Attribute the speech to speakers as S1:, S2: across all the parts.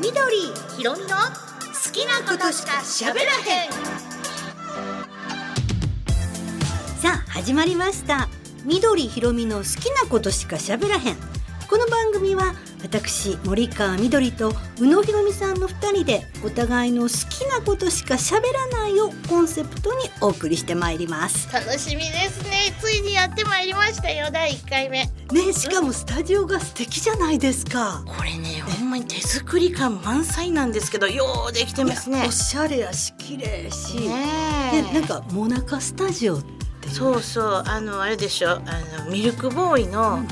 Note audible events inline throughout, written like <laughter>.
S1: 緑ひろみの好きなことしかしゃべらへん
S2: さあ始まりました緑ひろみの好きなことしか喋らへんこの番組は私森川みどりと宇野ひろみさんの2人でお互いの好きなことしか喋らないをコンセプトにお送りしてまいります
S1: 楽しみですねついにやってまいりましたよ第1回目
S2: ねしかもスタジオが素敵じゃないですか
S1: これねほんまに手作り感満載なんですけどようできてますね
S2: おしゃれやし綺麗し、ね
S1: ね
S2: な
S1: え
S2: んかモナカスタジオっていう
S1: そうそうあのあれでしょあのミルクボーイ
S2: う
S1: の
S2: ん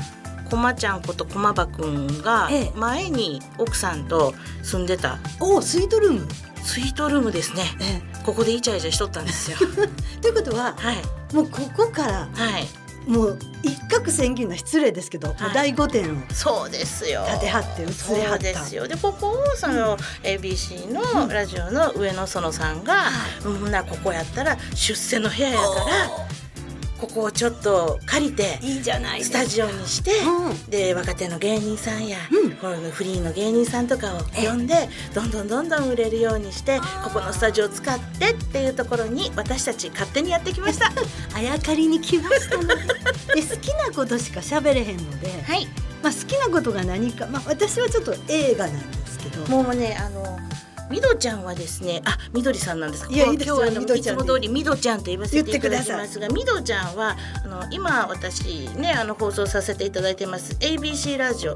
S1: こまちゃんことこまばくんが
S2: ええ
S1: 前に奥さんと住んでた
S2: おスイートルーム、
S1: スイートルームですね
S2: え
S1: ここでイチャイチャしとったん <laughs> ですよ
S2: えということは
S1: はい
S2: もうここから
S1: はい
S2: もう一攫千金の失礼ですけど、
S1: はい
S2: 第五点を
S1: そうですよ
S2: 立て張って薄れ張
S1: そう
S2: った
S1: ですよでここをその ABC のラジオの上野園さんが「うん、なここやったら出世の部屋やからここをちょっと借りて
S2: いいじゃないで
S1: ス
S2: すか
S1: タジオにして、
S2: う
S1: で若手の芸人さんや、
S2: うん
S1: このフリーの芸人さんとかを
S2: ええ
S1: 呼んでどんどんどんどん売れるようにして
S2: ー
S1: ここのスタジオを使ってっていうところに私たち勝手にやってきました。は
S2: んあやかりに来ました <laughs> のでで好きなことしか喋れへんので、
S1: い
S2: まあ、好きなことが何か、まあ、私はちょっと映画なんですけど
S1: もうねあのみどちゃんはですねあみどりさんなんです
S2: いや
S1: ここ
S2: いいですよ
S1: 今日はあの
S2: みど
S1: い
S2: ちゃ
S1: つ
S2: ん
S1: も
S2: で
S1: 通りみどちゃんと言わせていただき
S2: 言
S1: ま
S2: って
S1: すがみどちゃんはあの今私ねあの放送させていただいてます ABC ラジオ
S2: い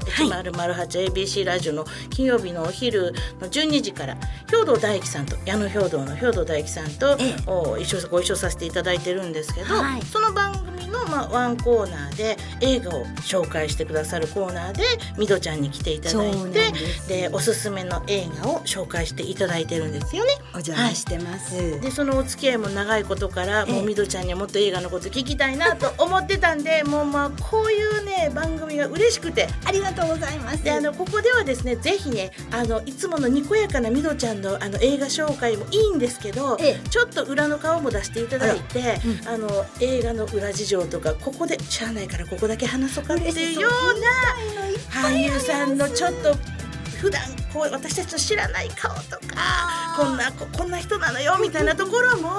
S1: 1008ABC ラジオの金曜日のお昼の12時から兵藤大樹さんと矢野兵藤の兵藤大樹さんと
S2: ええ
S1: お一緒ご一緒させていただいてるんですけど、
S2: はい
S1: その番組の、まあ、ワンコーナーで映画を紹介してくださるコーナーでみどちゃんに来ていただい
S2: そうなん
S1: て
S2: です
S1: でおすすめの映画を紹介していただいてるんですよね。
S2: お邪魔してます、
S1: でそのお付き合いも長いことから
S2: ええ
S1: もうみどちゃんにはもっと映画のこと聞きたいなと思ってた
S2: <laughs>
S1: んでもうまあこういうね番組が嬉しくて
S2: ありがとうございます
S1: であのここではですねぜひねあのいつものにこやかなみどちゃんのあの映画紹介もいいんですけど、
S2: ええ
S1: ちょっと裏の顔も出していただいてあ,、の映画の裏事情とかここでしゃあないからここだけ話そうかって
S2: 嬉し
S1: い
S2: そうう
S1: ような
S2: 聞きたいのいっぱいあ
S1: 俳
S2: りま
S1: 優
S2: す
S1: さんのちょっと普段こう私たちの知らない顔とかこんなここんな人なのよみたいなところも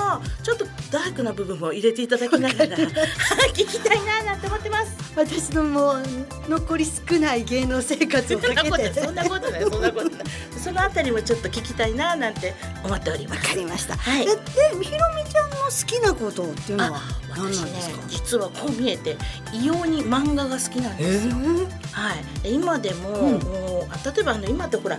S1: ちょっとダークな部分も入れていただきながら <laughs> 聞きたいなーなんて思ってます。
S2: 私のもう残り少ない芸能生活を
S1: そん
S2: かけ
S1: なことな
S2: て
S1: いそんなことないそんなことないそのあたりもちょっと聞きたいなーなんて思っておりま
S2: わ
S1: す。
S2: かりました、
S1: はい
S2: ででひろみちゃんの好きなことっていうのは
S1: あ
S2: 何
S1: 私
S2: なん
S1: ね
S2: ですか、
S1: 実はこう見えて異様に漫画が好きなんですよ。
S2: ー
S1: はい、で今でも,、
S2: うん
S1: もうあ例えばあの今ってほら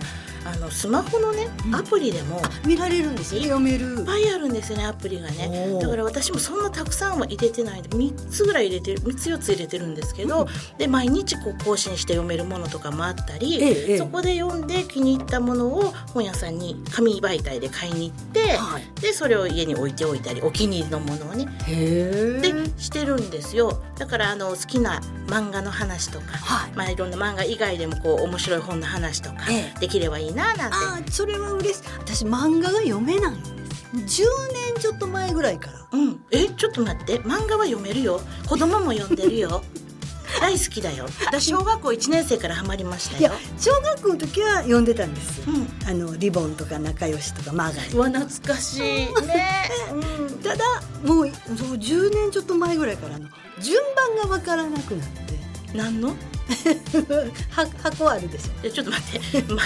S1: あのスマホのね
S2: うん
S1: アプリでも、
S2: 見られるんですよ読める
S1: いっぱいあるんですよねアプリがね
S2: おー
S1: だから私もそんなたくさんは入れてない3つぐらい入れてる3つ4つ入れてるんですけど、で毎日こう更新して読めるものとかもあったり、
S2: ええええ
S1: そこで読んで気に入ったものを本屋さんに紙媒体で買いに行って、
S2: はい
S1: でそれを家に置いておいたりお気に入りのものをね
S2: へ
S1: でしてるんですよだからあの好きな漫画の話とか、
S2: はい
S1: まあ、いろんな漫画以外でもこう面白い本の話とか
S2: え
S1: できればいいななんて
S2: あーそれは嬉しい私漫画が読めないんです10年ちょっと前ぐらいから
S1: うん、えちょっと待って漫画は読めるよ子供も読んでる <laughs> よ大好きだよ私小学校1年生からハマりました
S2: いや
S1: よ、
S2: 小学校の時は読んでたんですよ
S1: うん、
S2: あのリボンとか仲良しとかマーガリン
S1: うわ懐かしいね、 <laughs> うん、
S2: ただもうそう10年ちょっと前ぐらいからあの順番がわからなくなって <laughs>
S1: 何の
S2: は箱あるでしょ
S1: えちょっと待って、ま、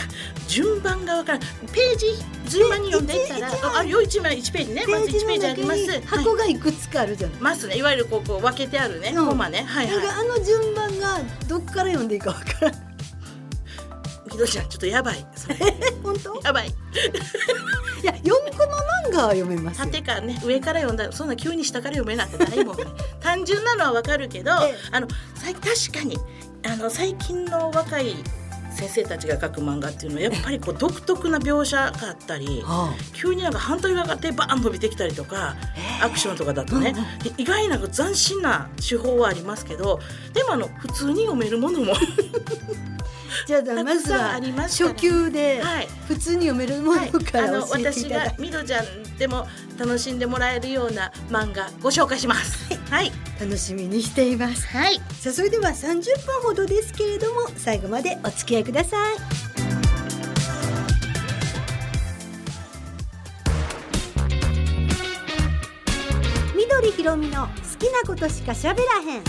S1: 順番がわからんページ順番に読んでいったら
S2: 一
S1: ああよ1枚1ページねまず1ページあります
S2: ページの中に
S1: はい
S2: 箱がいくつかあるじゃない、
S1: ますねいわゆるこうこう分けてあるね、
S2: うん
S1: コマねはい
S2: なん
S1: は
S2: かあの順番がどっから読んでいいかわからない <laughs>
S1: いひどちゃんちょっとやばいそれ
S2: 本当
S1: やばい
S2: いや四コマ漫画は読めますよ
S1: 縦からね上から読んだらそんな急に下から読め
S2: <laughs>
S1: なくてないもんね単純なのはわかるけど、
S2: ええ
S1: あのさい確かにあの最近の若い先生たちが書く漫画っていうのはやっぱりこう独特な描写があったり
S2: あ
S1: 急になんか反対側が手バーン伸びてきたりとかアクションとかだとね
S2: うん
S1: で意外なこう斬新な手法はありますけどでもあの普通に読めるものも
S2: じゃあまず
S1: たくさんあ
S2: は
S1: りますから
S2: 初級で
S1: はい。
S2: 普通に読めるもの
S1: はい
S2: か
S1: あ
S2: ら
S1: の
S2: 教えてい
S1: 私
S2: ただい
S1: が
S2: て、
S1: みどちゃんでも楽しんでもらえるような漫画ご紹介します。はい、
S2: 楽しみにしています
S1: はい
S2: さあそれでは30分ほどですけれども最後までお付き合いください緑ひろみの好きなことしか喋らへん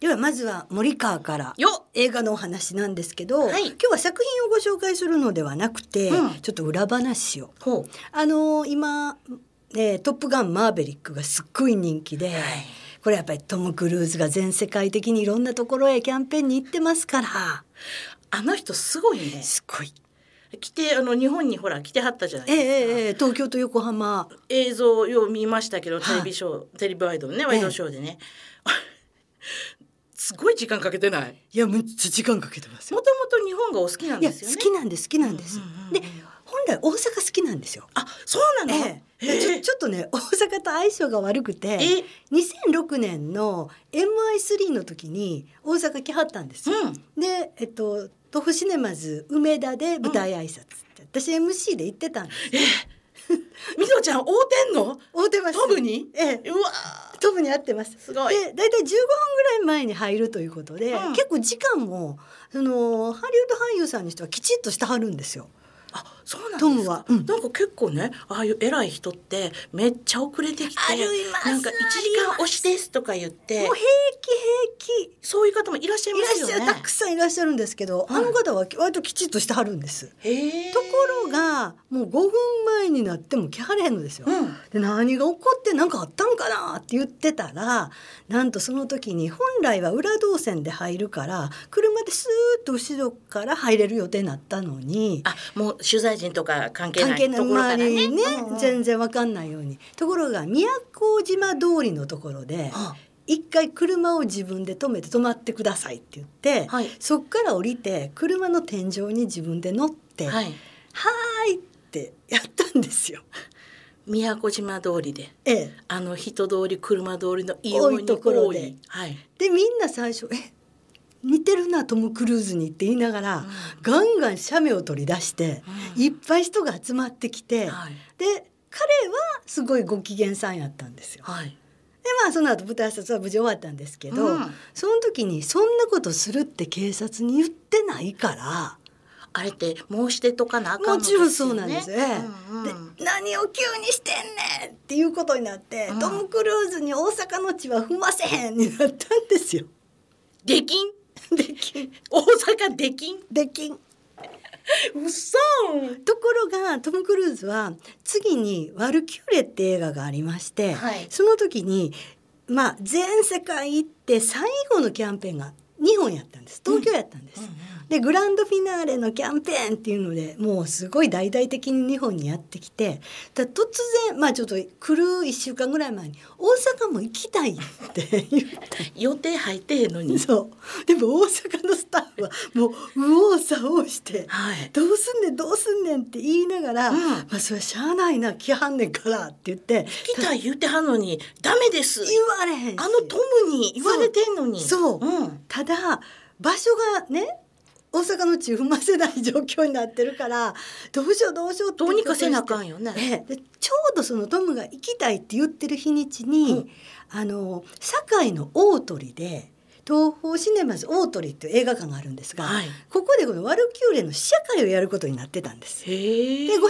S2: ではまずは森川から
S1: よっ
S2: 映画のお話なんですけど、
S1: はい
S2: 今日は作品をご紹介するのではなくて、
S1: うん
S2: ちょっと裏話を
S1: ほう
S2: あのー今、ね「トップガンマーヴェリック」がすっごい人気で、これやっぱりトム・クルーズが全世界的にいろんなところへキャンペーンに行ってますから
S1: あの人すごいね
S2: すごい、
S1: 来てあの日本にほら来てはったじゃない
S2: ええ
S1: ですか、
S2: ええ東京と横浜
S1: 映像をよう見ましたけど
S2: は
S1: テ
S2: い
S1: レビショー、テレビワイドのねワイドショーでね、 <laughs> すごい時間かけてない
S2: いやめっちゃ時間かけてます
S1: もともと日本がお好きなん
S2: いや
S1: ですよね
S2: 好きなんです好きなんです、
S1: うんうんうんうん
S2: で本来大阪好きなんですよ
S1: あそうなの、
S2: ええでちょちょっとね大 <laughs> 阪と相性が悪くて
S1: え
S2: 2006年の MI3 の時に大阪来はったんですよ、
S1: うん
S2: で、えっと、東宝シネマズ梅田で舞台挨拶って、私 MC で行ってたんです
S1: みぞちゃん会うてんの
S2: 会うてます
S1: トムに
S2: ええ
S1: うわー
S2: トムに会ってます
S1: すごい
S2: で大体15分ぐらい前に入るということで、
S1: うん
S2: 結構時間もそのハリウッド俳優さんにしてはきちっとしてはるんですよ
S1: あそうなん
S2: ト
S1: で
S2: ム
S1: す
S2: は
S1: か、
S2: うん
S1: なんか結構ねああいう偉い人ってめっちゃ遅れてきて
S2: あります
S1: なんか1時間押しですとか言って
S2: もう平気平気
S1: そういう方もいらっしゃい
S2: い
S1: ま
S2: らっ
S1: すよ
S2: し
S1: ね
S2: ゃる、たくさんいらっしゃるんですけど、
S1: はい
S2: あの方は割ときちっとしてはるんです。
S1: へえ
S2: ところがもう5分前になっても来はれへんのですよ。
S1: うん
S2: で何が起こって何かあったんかなって言ってたらなんとその時に本来は裏動線で入るから車でスーッと後ろから入れる予定になったのに
S1: あもう取材陣とか関係
S2: 関
S1: な
S2: 係
S1: い
S2: ない
S1: ところから
S2: 周
S1: ね
S2: りにね
S1: うんうん
S2: 全然わかんないようにところが宮古島通りのところで
S1: は
S2: 一回車を自分で止めて止まってくださいって言って、
S1: はい
S2: そっから降りて車の天井に自分で乗って「
S1: あ
S2: は
S1: はい
S2: ーい」ってやったんですよ。
S1: 宮古島通りで
S2: ええ、
S1: あの人通り車通りの異様に
S2: 多いところで
S1: 多いはい
S2: でみんな最初「え似てるなトム・クルーズに」って言いながら、ガンガン写メを取り出して、
S1: うん
S2: いっぱい人が集まってきて、
S1: はい
S2: で彼はすごいご機嫌さんやったんですよ。
S1: はい
S2: でまあその後舞台挨拶は無事終わったんですけど、
S1: うん
S2: その時にそんなことするって警察に言ってないから。
S1: あれって申し出とかなあかん
S2: も
S1: の
S2: ちろんそうなんです、
S1: よ
S2: ええ
S1: うんうん
S2: で何を急にしてんねんっていうことになって、
S1: うん
S2: トム・クルーズに大阪の地は踏ませへんになったんですよ。
S1: できん
S2: できん
S1: 大阪できん
S2: できん
S1: うそ
S2: ところがトム・クルーズは次に「ワルキューレ」って映画がありまして、
S1: はい
S2: その時に、まあ、全世界行って最後のキャンペーンが2本やったんです東京やったんです。でグランドフィナーレのキャンペーンっていうのでもうすごい大々的に日本にやってきてだ突然まあちょっと来る1週間ぐらい前に「大阪も行きたい」って <laughs> 言って
S1: 予定入ってへんのに
S2: そうでも大阪のスタッフはもう右往左往して
S1: はい
S2: どうすんねんどうすんねんって言いながら、
S1: うん
S2: まあそれはしゃあないな来はんねんからって言って
S1: 来た言うてはんのにダメです
S2: 言われへんし
S1: あのトムに言われてんのに
S2: そう
S1: うん
S2: ただ場所がね大阪の地を踏ませない状況になってるからどうしようどうしようって
S1: どうにかせなあか
S2: い
S1: んよね
S2: でちょうどそのトムが行きたいって言ってる日にちに、
S1: うん
S2: あの堺の大鳥で東宝シネマズ大鳥っていう映画館があるんですが、
S1: はい
S2: ここでこの「ワルキューレ」の試写会をやることになってたんです。
S1: へえ
S2: で500人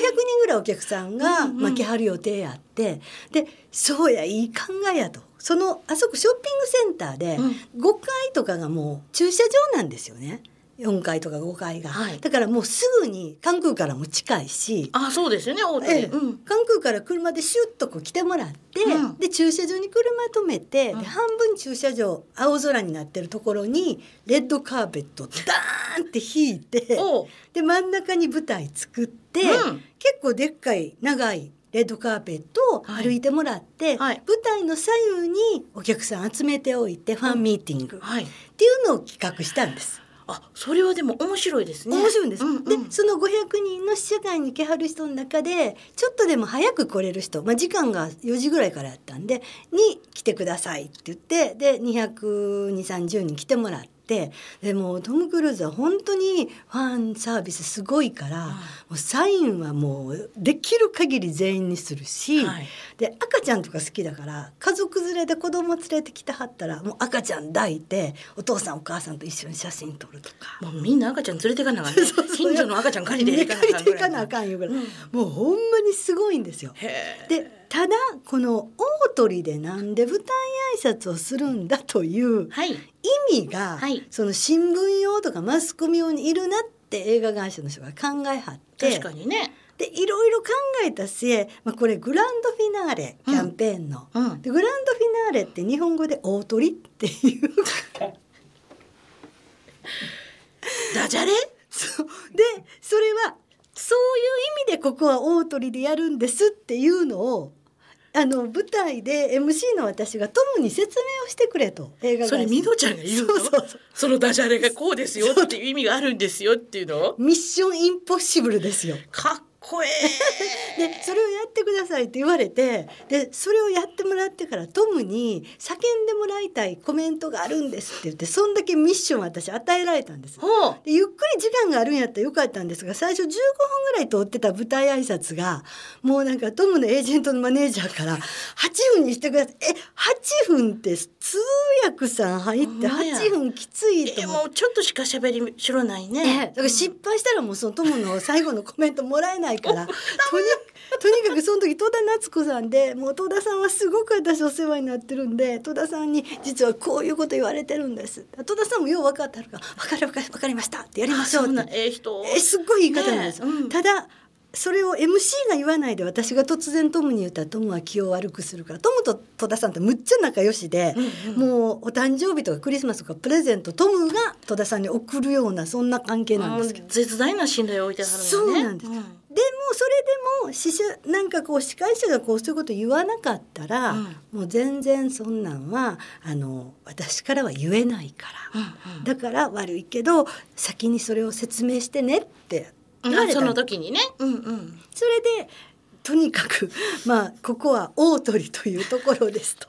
S2: ぐらいお客さんが
S1: うんうん
S2: 巻き張る予定やって、でそうやいい考えやとそのあそこショッピングセンターで
S1: う
S2: 5階とかがもう駐車場なんですよね4階とか5階が、
S1: はい
S2: だからもうすぐに関空からも近いし
S1: あそうですよね大手、
S2: ええ
S1: うん
S2: 関空から車でシュッとこう来てもらって、
S1: うん
S2: で駐車場に車止めて、
S1: うん
S2: で半分駐車場青空になってるところにレッドカーペットダーンって引いて。
S1: おう
S2: で真ん中に舞台作って、
S1: うん
S2: 結構でっかい長いレッドカーペットを
S1: はい
S2: 歩いてもらって、
S1: はい
S2: 舞台の左右にお客さん集めておいてファンミーティングっ
S1: はい
S2: ていうのを企画したんです。
S1: あそれはでも面白いですね
S2: 面白いんです、
S1: うう
S2: でその500人の試写会に来はる人の中でちょっとでも早く来れる人、まあ、時間が4時ぐらいからやったんでに来てくださいって言ってで22030人来てもらってでもうトム・クルーズは本当にファンサービスすごいから、もうサインはもうできる限り全員にするし、
S1: はい
S2: で赤ちゃんとか好きだから家族連れで子供連れてきてはったらもう赤ちゃん抱いてお父さんお母さんと一緒に写真撮るとか。
S1: もうみんな赤ちゃん連れてかな
S2: <laughs>
S1: あかんね近所の赤ちゃん借りて
S2: 借りていかなあ
S1: んぐ
S2: かんよぐらい、もうほんまにすごいんですよ
S1: へえ
S2: でただこの大鳥でなんで舞台挨拶をするんだという
S1: はい
S2: 意味が、
S1: はい
S2: その新聞用とかマスコミ用にいるなって映画会社の人が考えはって
S1: 確かにね
S2: でいろいろ考えた末、まあ、これグランドフィナーレキャンペーンの、
S1: うん
S2: でグランドフィナーレって日本語で大鳥っていう
S1: ダジャレ
S2: そうでそれはそういう意味でここは大鳥でやるんですっていうのをあの舞台で MC の私がトムに説明をしてくれと映画
S1: それ
S2: 会
S1: み
S2: 社
S1: のちゃんが言う
S2: そ
S1: の
S2: うそうそう
S1: そのダジャレがこうですよっていう意味があるんですよっていうの
S2: ミッションインポッシブルですよ。
S1: かっこええ
S2: でそれをやってくださいって言われてでそれをやってもらってからトムに叫んでもらいたいコメントがあるんですって言ってそんだけミッションを私与えられたんです。
S1: ほう
S2: でゆっくり時間があるんやったらよかったんですが最初15分ぐらい撮ってた舞台挨拶がもうなんかトムのエージェントのマネージャーから8分にしてくださいえ8分って通訳さん入っ
S1: ほん
S2: て
S1: まや
S2: 8分きついと
S1: で
S2: 思っ
S1: もちょっとしか喋りしろない
S2: て、
S1: ね
S2: だから失敗したらもうそのトムの最後のコメントもらえないからとにとにかくその時戸田夏子さんでもう戸田さんはすごく私お世話になってるんで戸田さんに実はこういうこと言われてるんです戸田さんもよう分かってはるから「分かる分かる分かりました」ってやりましょう
S1: そ
S2: って
S1: んな。ええ人
S2: えすっごい言い方なんですよ、
S1: ねえうん
S2: ただそれを MC が言わないで私が突然トムに言ったらトムは気を悪くするからトムと戸田さんってむっちゃ仲良しで、
S1: うんうん
S2: もうお誕生日とかクリスマスとかプレゼントトムが戸田さんに送るようなそんな関係なん
S1: も
S2: で
S1: う
S2: すけど、
S1: 絶大な信頼を置いてはるのね
S2: そうなんです、でもそれでも司書なんかこう司会者がこうそういうこと言わなかったら、
S1: うん
S2: もう全然そんなんはあの私からは言えないから。
S1: うんうん
S2: だから悪いけど先にそれを説明してねって言われた
S1: そ
S2: の
S1: の時にね、うんうん、
S2: それでとにかく <laughs> まあここは大鳥というところですと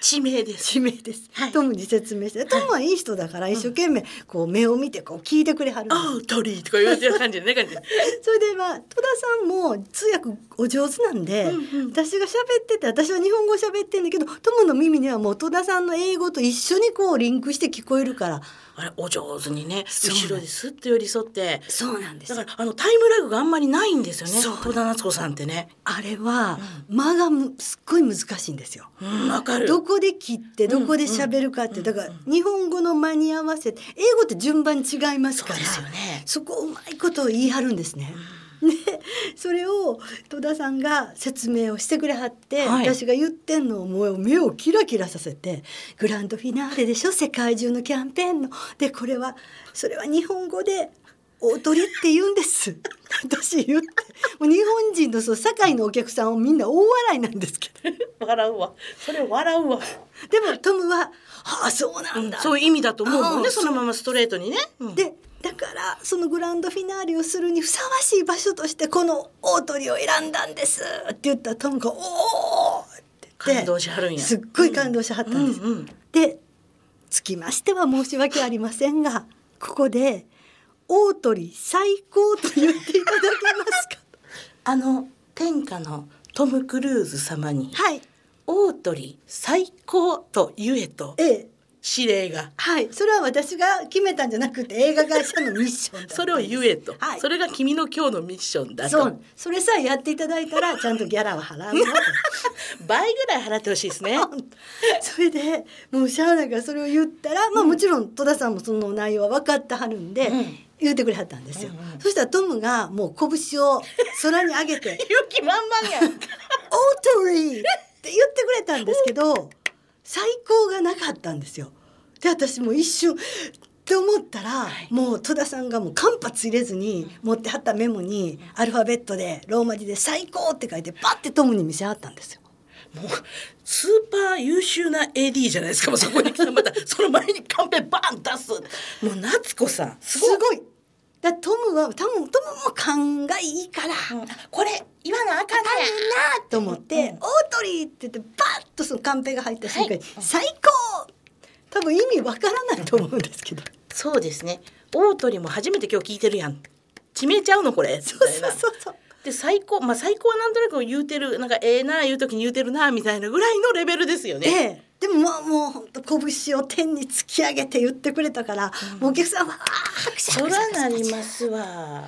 S1: 地名です
S2: 地名です、
S1: はい
S2: トムに説明してトムはいい人だから一生懸命こう目を見てこう聞いてくれはるんです、
S1: ああ鳥とか言うてる感じ <laughs> ね感じ
S2: それでまあ戸田さんも通訳お上手なんで、
S1: うんうん
S2: 私が喋ってて私は日本語喋ってんだけどトムの耳にはもう戸田さんの英語と一緒にこうリンクして聞こえるから
S1: あれお上手にね
S2: そうなんです
S1: 後ろですっと寄り添って
S2: そうなんで
S1: だからあのタイムラグがあんまりないんですよね
S2: そう
S1: 戸田夏子さんってね
S2: あれは間がむすっごい難しいんですよ。
S1: うんわかる
S2: どこで切ってどこで喋るかって、だから日本語の間に合わせて英語って順番違います
S1: そう
S2: から
S1: ですよね
S2: そこをうまいことを言い張るんですね。でそれを戸田さんが説明をしてくれはって、
S1: はい
S2: 私が言ってんのをもう目をキラキラさせて「グランドフィナーレでしょ世界中のキャンペーンの」でこれはそれは日本語で「大鳥」って言うんです。私言ってもう日本人のそう堺のお客さんをみんな大笑いなんですけど
S1: 笑うわそれ笑うわ
S2: でもトムは「ああそうなんだ」
S1: そういう意味だと思うもん
S2: あ
S1: ね
S2: あ
S1: そのままストレートにね、うん
S2: でだからそのグランドフィナーレをするにふさわしい場所としてこの大鳥を選んだんですって言ったらトムが「おお!」って言って
S1: 感動しはるんや
S2: すっごい感動しはったんです。
S1: うんうん
S2: でつきましては申し訳ありませんがここで「大鳥最高」と言っていただけます
S1: <laughs>
S2: か
S1: あの天下のトム・クルーズ様に
S2: はい
S1: 「大鳥最高」と言えと
S2: ええ
S1: 指令が
S2: はいそれは私が決めたんじゃなくて映画会社のミッションだったんです
S1: それを言えと、
S2: はい
S1: それが君の今日のミッションだと
S2: そうそれさえやっていただいたらちゃんとギャラは
S1: <laughs>
S2: 払うなと。
S1: 倍ぐらい払ってほしい <laughs> ですね。
S2: それでもうしゃあないからそれを言ったら、まあ、もちろん戸田さんもその内容は分かってはるんで、
S1: うん
S2: 言ってくれはったんですよ、
S1: うんうん
S2: そしたらトムがもう拳を空に上げて
S1: 勇気満々や
S2: 「
S1: ん。
S2: オートリー!」って言ってくれたんですけど最高がなかったんですよ。で私も一瞬って思ったら、もう戸田さんがもう間髪入れずに持ってはったメモにアルファベットでローマ字で「最高!」って書いてパッてトムに見せはったんですよ。
S1: もうスーパー優秀な AD じゃないですか。もうそこに来たまたその前にカンペバーン出す。もう夏子さんす
S2: す
S1: ごい。
S2: ごい。だトムは多分トムも勘がいいから。
S1: うんこれ言わなあかんね
S2: 大変なと思って、
S1: うん
S2: 大鳥って言ってバッとそのカンペが入った瞬間に、
S1: はい
S2: 最高多分意味わからないと思うんですけど
S1: そうですね。大鳥も初めて今日聞いてるやん。地名ちゃうのこれ。みたい
S2: そう
S1: な
S2: そうそうそう
S1: で最高まあ最高はなんとなく言うてるなんかええなあ言う時に言うてるなあみたいなぐらいのレベルですよね。
S2: ででもまあもうほんと拳を天に突き上げて言ってくれたから、もうお客さんは「あー拍手
S1: そ
S2: 拍手
S1: ら
S2: 拍手
S1: なりますわ。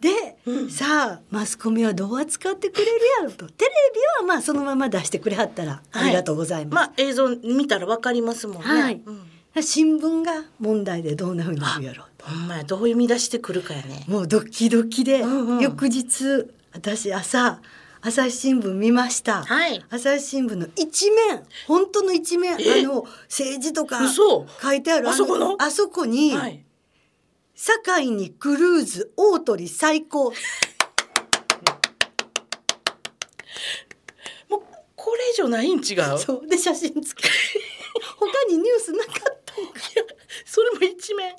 S2: で、
S1: うん
S2: さあマスコミはどう扱ってくれるやろとテレビはまあそのまま出してくれはったらありがとうございます、
S1: まあ映像見たらわかりますもんね。
S2: はい
S1: うん
S2: 新聞が問題でどんなふうになるやろうと
S1: ほんまやどういう見出してくるかやね。
S2: もうドキドキで、
S1: うんうん
S2: 翌日私朝朝日新聞見ました、
S1: はい。
S2: 朝日新聞の一面本当の一面あ
S1: え
S2: の政治とか
S1: 嘘
S2: 書いてある
S1: あそこの
S2: あそこに、
S1: はい。
S2: 堺にクルーズ大鳥最高
S1: もうこれ以上ないん違う。 <laughs> そ
S2: そうで写真付き <laughs> 他にニュースなかったのか
S1: れも一面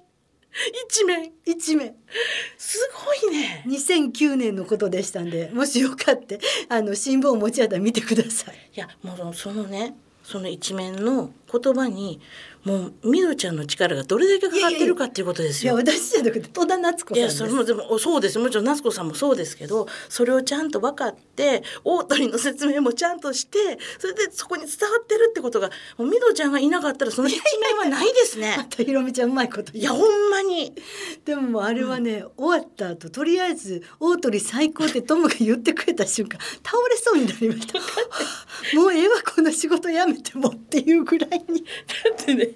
S1: 一面
S2: 一面
S1: すごいね。
S2: 2009年のことでしたんでもしよかってあの新聞を持ち合ったら見てください
S1: いやもうそのねその一面の言葉にもうみどちゃんの力がどれだけかかってるかっていうことで
S2: い
S1: す
S2: や
S1: よ。
S2: 私じゃなくて戸田夏子
S1: い
S2: さん
S1: や
S2: です
S1: それもでもそうですもちろん夏子さんもそうですけどそれをちゃんと分かって大鳥の説明もちゃんとしてそれでそこに伝わってるってことがもうみどちゃんがいなかったらその一面はないです
S2: ま
S1: ね。
S2: たひろみちゃんうまいこと
S1: い
S2: 言う
S1: やほんまに
S2: でももうあれはね、終わった後とりあえず「大鳥最高」ってトムが言ってくれた瞬間倒れそうになりました
S1: <laughs>
S2: もうええわこの仕事やめてもっていうぐらいに
S1: だってね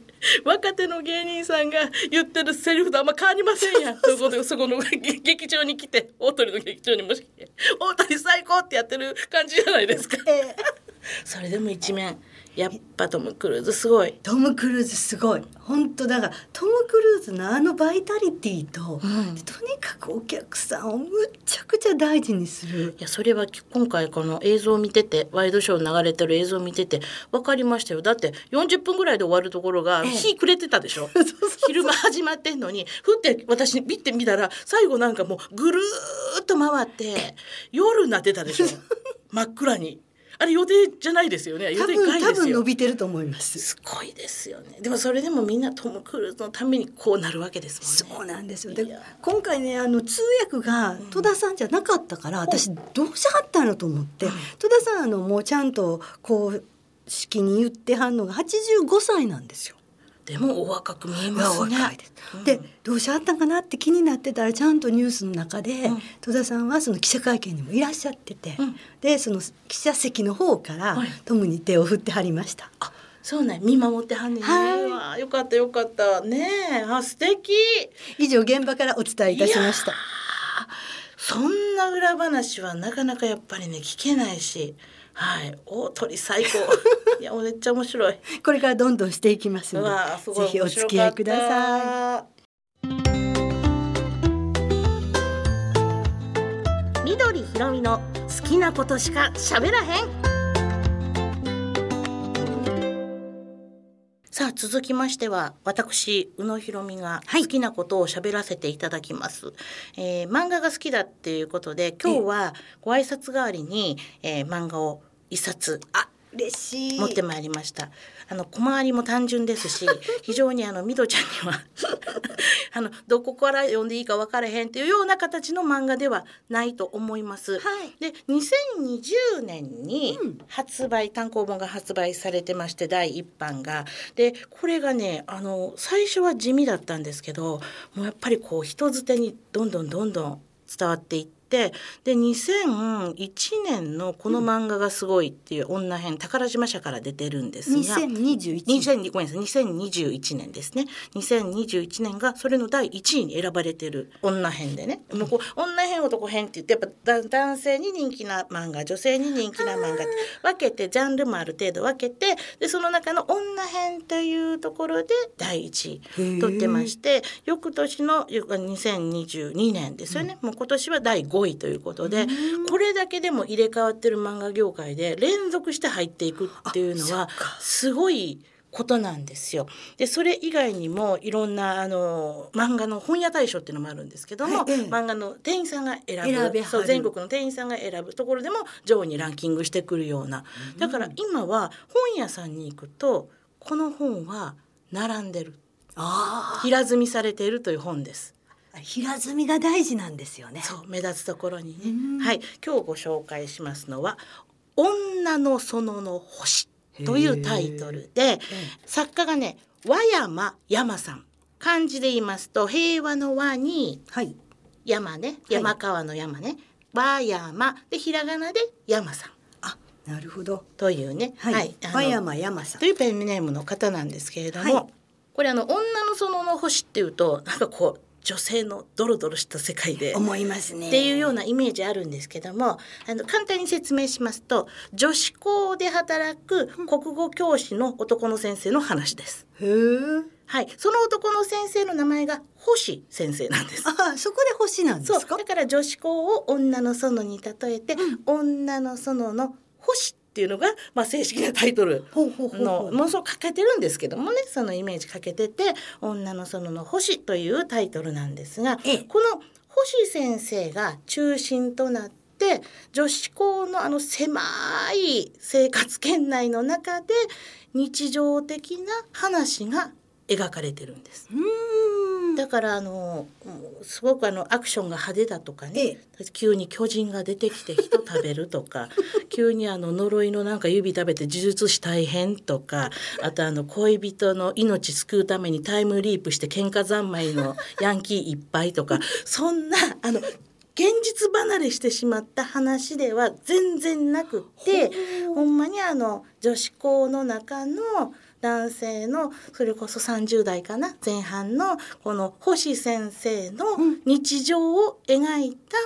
S1: 若手の芸人さんが言ってるセリフとあんま変わりませんやん <laughs> そこでそこの劇劇場に来て大鳥の劇場にもし来て大鳥最高ってやってる感じじゃないですか
S2: えー
S1: それでも一面やっぱトム・クルーズすごい
S2: トム・クルーズすごい本当だからトム・クルーズのあのバイタリティと、
S1: うん
S2: とにかくお客さんをむちゃくちゃ大事にする
S1: いやそれは今回この映像を見ててワイドショー流れてる映像を見てて分かりましたよだって40分ぐらいで終わるところが
S2: ええ
S1: 日暮れてたでしょ、
S2: <laughs> そうそう
S1: 昼間始まってんのにふって私ビって見たら最後なんかもうぐるーっと回って夜になって
S2: <laughs>
S1: たでしょ真っ暗にあれ予定じゃないですよね予
S2: 多
S1: 定外
S2: 分多
S1: です
S2: 分伸
S1: よ
S2: びてると思います
S1: すごいですよねでもそれでもみんなトム・クルーズのためにこうなるわけですも
S2: そうん
S1: ね
S2: なんですよで
S1: いや
S2: 今回ねあの通訳が戸田さんじゃなかったから、私どうしはったのと思って、戸田さんあのもうちゃんと公式に言ってはんのが85歳なんですよ。
S1: でもお若く見え
S2: いや
S1: ますね
S2: 若いです、
S1: うん
S2: でどうしはったんかなって気になってたらちゃんとニュースの中で、
S1: うん
S2: 戸田さんはその記者会見にもいらっしゃってて、
S1: うん
S2: でその記者席の方から、
S1: はい
S2: トムに手を振ってはりました。
S1: あそうね見守ってはんねんね、
S2: はい
S1: わあよかったよかったねえあ素敵
S2: 以上現場からお伝えいたしました。
S1: そんな裏話はなかなかやっぱりね聞けないしはい大鳥
S2: <laughs>
S1: 最高いやめっちゃ面白い
S2: これからどんどんしていきます
S1: う
S2: の
S1: わあす
S2: で、
S1: ご
S2: ぜ
S1: い
S2: ひお
S1: 面白
S2: 付
S1: か
S2: き合いください。
S1: い緑ひろみの好きなことしか喋らへんさあ続きましては私宇野ひろみが
S2: はい
S1: 好きなことを喋らせていただきます、えー漫画が好きだっていうことで今日はご挨拶代わりに、えー漫画を一冊
S2: あ、嬉しい。
S1: 持ってまいりました。あの小回りも単純ですし、非常にあのミドちゃんには <laughs> あのどこから読んでいいか分からへんっていうような形の漫画ではないと思います。
S2: はい。
S1: で2020年に
S2: うん
S1: 発売、単行本が発売されてまして第1版がでこれがねあの最初は地味だったんですけどもうやっぱりこう人づてにどんどんどんどん伝わっていって。で2001年のこの漫画がすごいっていう女編、宝島社から出てるんですが
S2: 2021。
S1: 2000ごめんなさい2021年ですね2021年がそれの第1位に選ばれてる女編でねもうこう女編男編って言ってやっぱだ男性に人気な漫画女性に人気な漫画って分けてジャンルもある程度分けてでその中の女編というところで第1位取ってまして翌年の翌2022年ですよね、もう今年は第5位ということで、これだけでも入れ替わってる漫画業界で連続して入っていくっていうのは
S2: あそっか
S1: すごいことなんですよ。でそれ以外にもいろんなあの漫画の本屋大賞っていうのもあるんですけども、
S2: はいええ
S1: 漫画の店員さんが選ぶ
S2: 選べはる
S1: そう全国の店員さんが選ぶところでも上位にランキングしてくるような、だから今は本屋さんに行くとこの本は並んでる
S2: あ
S1: 平積みされているという本です。
S2: あ、平積みが大事なんですよね。
S1: そう目立つところに
S2: うん
S1: ね。はい、今日ご紹介しますのは女の園の星というタイトルで、作家がね和山山さん。漢字で言いますと平和の和に
S2: はい。
S1: 山ね山川の山ね、和山でひらがなで山さん
S2: あなるほど
S1: というね、
S2: はい、
S1: あの
S2: 和山山さん
S1: というペンネームの方なんですけれども、
S2: はい
S1: これあの女の園の星っていうとなんかこう女性のドロドロした世界で
S2: 思いますね
S1: っていうようなイメージあるんですけどもあの簡単に説明しますと女子校で働く国語教師の男の先生の話です。
S2: へえ
S1: はい、その男の先生の名前が星先生なんです。
S2: あそこで星なんで
S1: そう
S2: すか
S1: だから女子校を女の園に例えて、女の園の星っていうのが、まあ、正式なタイトル
S2: ほうほうほうほ
S1: の
S2: う
S1: 妄想かけてるんですけどもねそのイメージかけてて「女の園の星」というタイトルなんですが、
S2: ええ
S1: この星先生が中心となって女子校のあの狭い生活圏内の中で日常的な話が描かれてるんです。
S2: うーん
S1: だからあのうんすごくあのアクションが派手だとかね、急に巨人が出てきて人食べる
S2: <laughs>
S1: とか急にあの呪いのなんか指食べて呪術師大変とかあとあの恋人の命救うためにタイムリープして喧嘩三昧のヤンキーいっぱいとかそんなあの現実離れしてしまった話では全然なくってほんまにあの女子校の中の男性のそれこそ30代かな前半のこの星先生の日常を描いた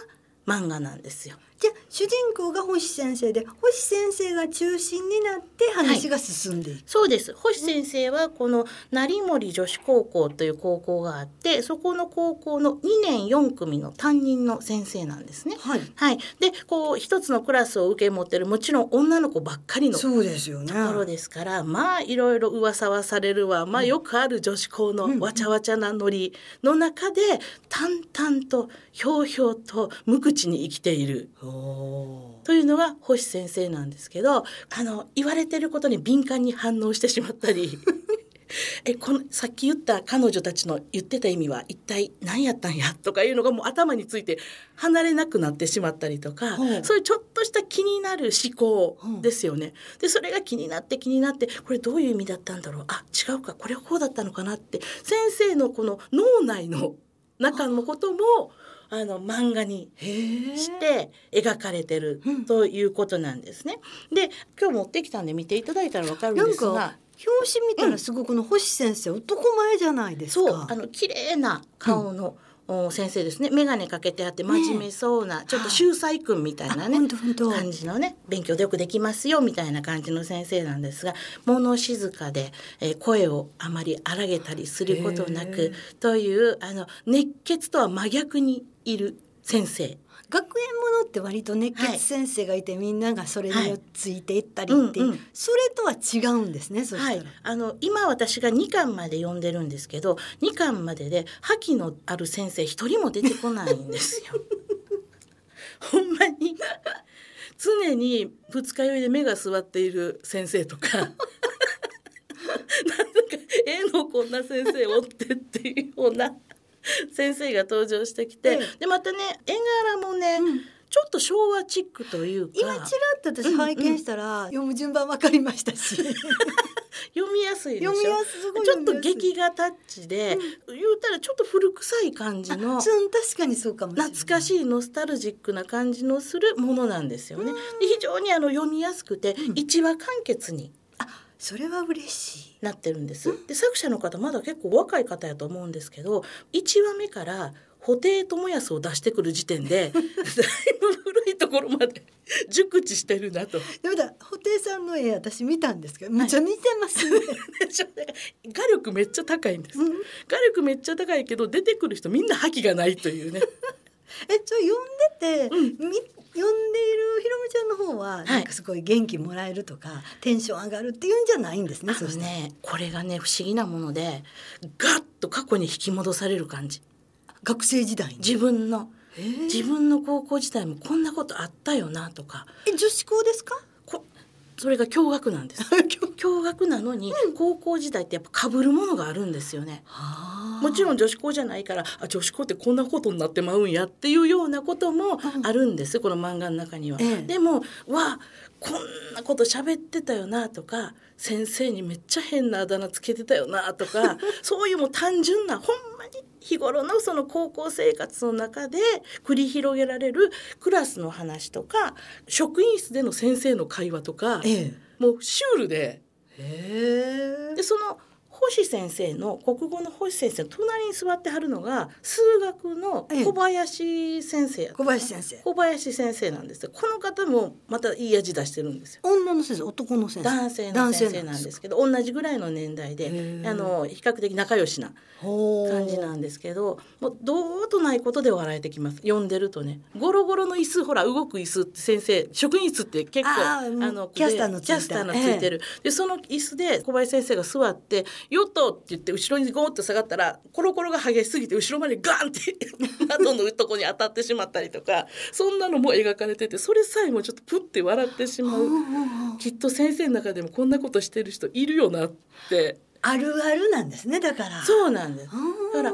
S1: 漫画なんですよ。
S2: じゃあ主人公が星先生で星先生が中心になって話が進んでいく、
S1: そうです星先生はこの成森女子高校という高校があってそこの高校の2年4組の担任の先生なんですね。
S2: はい
S1: はい、でこう一つのクラスを受け持ってるもちろん女の子ばっかりの
S2: そうですよね
S1: ところですから、まあいろいろ噂はされるわ、まあ、よくある女子校のわちゃわちゃなノリの中で淡々とひょうひょうと無口に生きている
S2: お
S1: というのが星先生なんですけどあの言われてることに敏感に反応してしまっ
S2: <laughs>
S1: たりえこのさっき言った彼女たちの言ってた意味は一体何やったんやとかいうのがもう頭について離れなくなってしまったりとか、
S2: ほう
S1: そういうちょっとした気になる思考ですよね。でそれが気になって気になってこれどういう意味だったんだろうあ違うかこれはこうだったのかなって先生のこの脳内の中のこともあの漫画に
S2: ーへえ
S1: して描かれてる
S2: うん
S1: ということなんですね。で今日持ってきたんで見ていただいたらわかるん
S2: なん
S1: です
S2: か
S1: が。
S2: 表紙見たらすごいこの星先生、男前じゃないです
S1: そ
S2: か
S1: うあの綺麗な顔の、お先生ですね眼鏡かけてあって真面目そうな、ちょっと秀才君みたいな
S2: あ
S1: ね
S2: ほんとほんと
S1: 感じのね勉強でよくできますよみたいな感じの先生なんですが物静かで、えー声をあまり荒げたりすることな
S2: へ
S1: くというあの熱血とは真逆にいる先生
S2: 学園ものって割と熱血先生がいて、みんながそれ
S1: は
S2: に
S1: い
S2: ついていったりっていう、
S1: うんうん
S2: それとは違うんですねそした
S1: は
S2: ら、
S1: い、あの今私が2巻まで読んでるんですけど2巻までで覇気のある先生一人も出てこないんですよ。 <laughs> ほんまに常に二日酔いで目が座っている先生と <laughs> かなんだかええのこんな先生おってっていうような先生が登場してきて、
S2: え
S1: でまたね絵柄もね、
S2: うん
S1: ちょっと昭和チックというか
S2: 今ちらっと私拝見したら、読む順番わかりました <laughs> し読
S1: 読みやすいでしょ
S2: みやすすごい
S1: ちょ
S2: 読みや
S1: っと
S2: すい
S1: 劇画タッチで、言うたらちょっと古臭い感じの
S2: あそう確かにそうかもしれない
S1: 懐かしいノスタルジックな感じのするものなんですよね。で非常にあの読みやすくて一話完結に
S2: それは嬉しい
S1: なってるんです。で作者の方まだ結構若い方やと思うんですけど1話目から布袋寅泰を出してくる時
S2: <laughs>
S1: 点でだいぶ古いところまで熟知してるなと。 <laughs>
S2: でもだ布袋さんの絵私見たんですけどめっちゃ似てます <laughs> ね、
S1: でしょね画力めっちゃ高いんです。
S2: うん
S1: 画力めっちゃ高いけど出てくる人みんな覇気がないというね。
S2: えそれ読んでて、
S1: うん
S2: み読んでいるひろみちゃんの方は、なんかすごい元気もらえるとかテンション上がるっていうんじゃないんですね
S1: あの
S2: そして
S1: ねこれがね不思議なものでガッと過去に引き戻される感じ
S2: 学生時代に
S1: 自分の
S2: へー
S1: 自分の高校時代もこんなことあったよなとか
S2: え女子校 <laughs> ですか
S1: こそれが驚愕なんです驚愕なのに高校時代ってやっぱ被るものがあるんですよねもちろ
S2: ん
S1: ん女子校じゃないからあ女子校ってこんなことになってまうんやっていうようなこともあるんです、この漫画の中には。
S2: ええ
S1: でもわあこんなこと喋ってたよなとか
S2: <laughs>
S1: 先生にめっちゃ変なあだ名つけてたよなとかそういうもう単純なほんまに日頃のその高校生活の中で繰り広げられるクラスの話とか職員室での先生の会話とか
S2: え
S1: もうシュールで
S2: えへ
S1: でその星先生の国語の星先生の隣に座ってはるのが数学の小林先生やった
S2: 小林先生
S1: 小林先生なんですよこの方もまたいい味出してるんですよ
S2: 女の先生男の先生
S1: 男性の先生なんですけど同じぐらいの年代
S2: へ
S1: で
S2: ー
S1: あの比較的仲良しな感
S2: 感
S1: じなんですけどもうどうとないことで笑えてきます読んでるとねゴロゴロの椅子ほら動く椅子って先生職員室って結構
S2: あーもうキャスターのつい
S1: キ
S2: た
S1: ャスターのついてる、でその椅子で小林先生が座って「よっと」って言って後ろにゴーって下がったらコロコロが激しすぎて後ろまでガンって窓のとこに当たってしまったりとかそんなのも描かれててそれさえもちょっとプッて笑ってしまう。きっと先生の中でもこんなことしてる人いるよなって
S2: あるあるなんですねだからう
S1: そうなんですだから
S2: あ
S1: 忘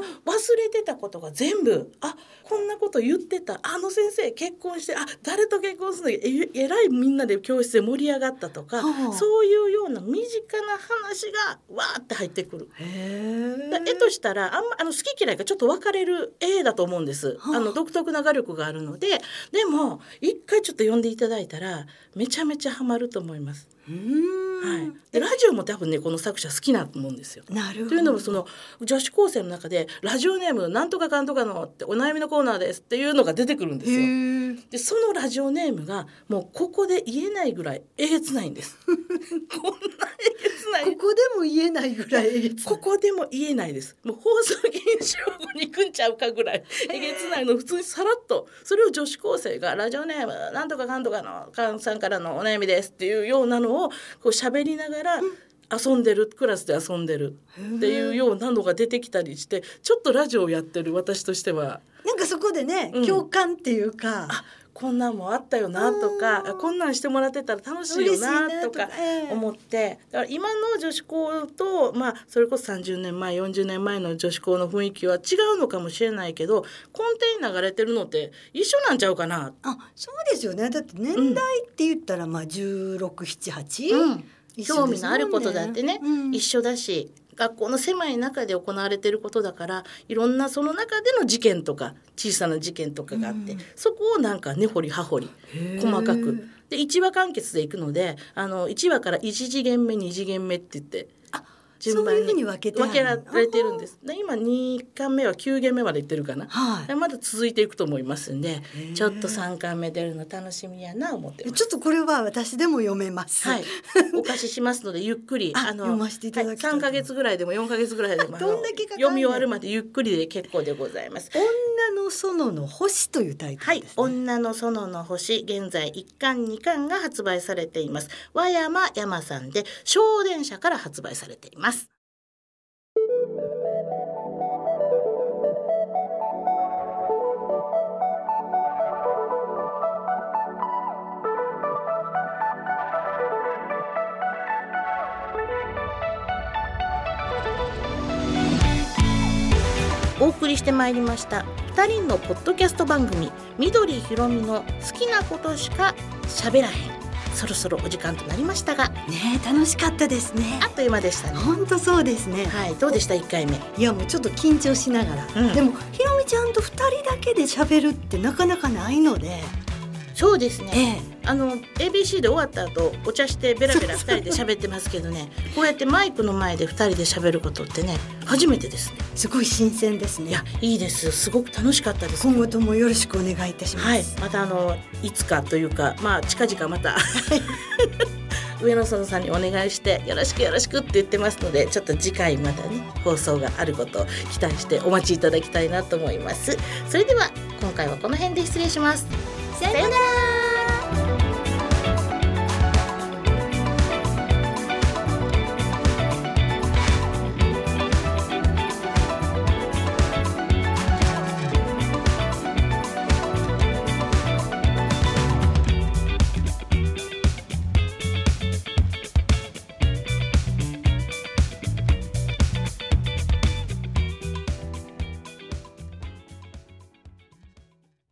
S1: れてたことが全部あこんなこと言ってたあの先生結婚してあ誰と結婚するのええらいみんなで教室で盛り上がったとか
S2: はあ
S1: そういうような身近な話がわーって入ってくる。
S2: ーへ
S1: だ絵としたらあんまあの好き嫌いがちょっと分かれる絵だと思うんです、
S2: はあ
S1: あの独特な画力があるのででも一回ちょっと読んでいただいたらめちゃめちゃハマると思います。
S2: う
S1: は
S2: ー
S1: い
S2: ん、
S1: でラジオも多分ねこの作者好きなと思うんですよ。
S2: なるほど
S1: というのもその女子高生の中で「ラジオネームなんとかかんとかの」ってお悩みのコーナーですっていうのが出てくるんですよ。
S2: へえ
S1: でそのラジオネームがもうここで言えないぐらいえげつないんです。こんなえげつない
S2: ここでも言えないぐらいえげつない
S1: ここでも言えないです。もう放送禁止用語に行くんちゃうかぐらい、 <laughs> えげつないの普通にさらっと、それを女子高生がラジオネームなんとかかんとかのかんさんからのお悩みですっていうようなのをこう喋りながら遊んでる、クラスで遊んでるっていうようなのが出てきたりして、ちょっとラジオをやってる私としては、
S2: なんかそこでね、
S1: うん
S2: 共感っていうか
S1: あこんなんもあったよなとか、
S2: うん
S1: こんなんしてもらってたら楽しい
S2: 嬉
S1: よ
S2: しいな
S1: な
S2: と
S1: と
S2: か
S1: か
S2: ええ
S1: 思ってだから今の女子校と、まあ、それこそ30年前40年前の女子校の雰囲気は違うのかもしれないけど根底に流れてるのって一緒なんちゃうかな。
S2: あそうですよねだって年代って言ったらまあ1 6 7 8
S1: うん興味のあることだってね、一緒だし学校の狭い中で行われてることだからいろんなその中での事件とか小さな事件とかがあって、
S2: うん
S1: そこをなんか根掘り葉掘り細かく。で1話完結でいくのであの1話から1次元目2次元目って言って
S2: そういうふうに分けてある
S1: 分けられてるんです。で今2巻目は9元目までいってるかな。
S2: は
S1: でまだ続いていくと思いますんで
S2: ー
S1: ちょっと3巻目出るの楽しみやな思って
S2: い
S1: ます。
S2: ちょっとこれは私でも読めます、 <laughs>
S1: はい、お貸ししますのでゆっくり
S2: あ読ませていただきたい
S1: はい、3ヶ月ぐらいでも4ヶ月ぐらいでもあの
S2: どんだけかかんねん
S1: 読み終わるまでゆっくりで結構でございます。
S2: 女の園の星というタイト
S1: は
S2: ル
S1: い
S2: で、す、ね
S1: 女の園の星、現在1巻2巻が発売されています。和山山さんで、小電車から発売されています。お送りしてまいりました2人のポッドキャスト番組みどりひろみの好きなことしか喋らへんそろそろお時間となりましたが
S2: ねえ楽しかったですね
S1: あっという間でしたね
S2: 本当そうですね、
S1: はいどうでした1回目
S2: い、やもうちょっと緊張しながら、
S1: うん
S2: でもひろみちゃんと二人だけで喋るってなかなかないので、
S1: そうです
S2: え
S1: ねあの ABC で終わった後お茶してベラベラ2人で喋ってますけど <laughs> ねこうやってマイクの前で2人で喋ることってね初めてですね
S2: えすごい新鮮です
S1: い
S2: ね
S1: やいいですすごく楽しかったです
S2: 今後ともよろしくお願いいたします、
S1: はい、またあのいつかというか、まあ近々また <laughs> 上野園さんにお願いしてよろしくよろしくって言ってますので、ちょっと次回またね放送があることを期待してお待ちいただきたいなと思います。それでは今回はこの辺で失礼します。
S2: さよなら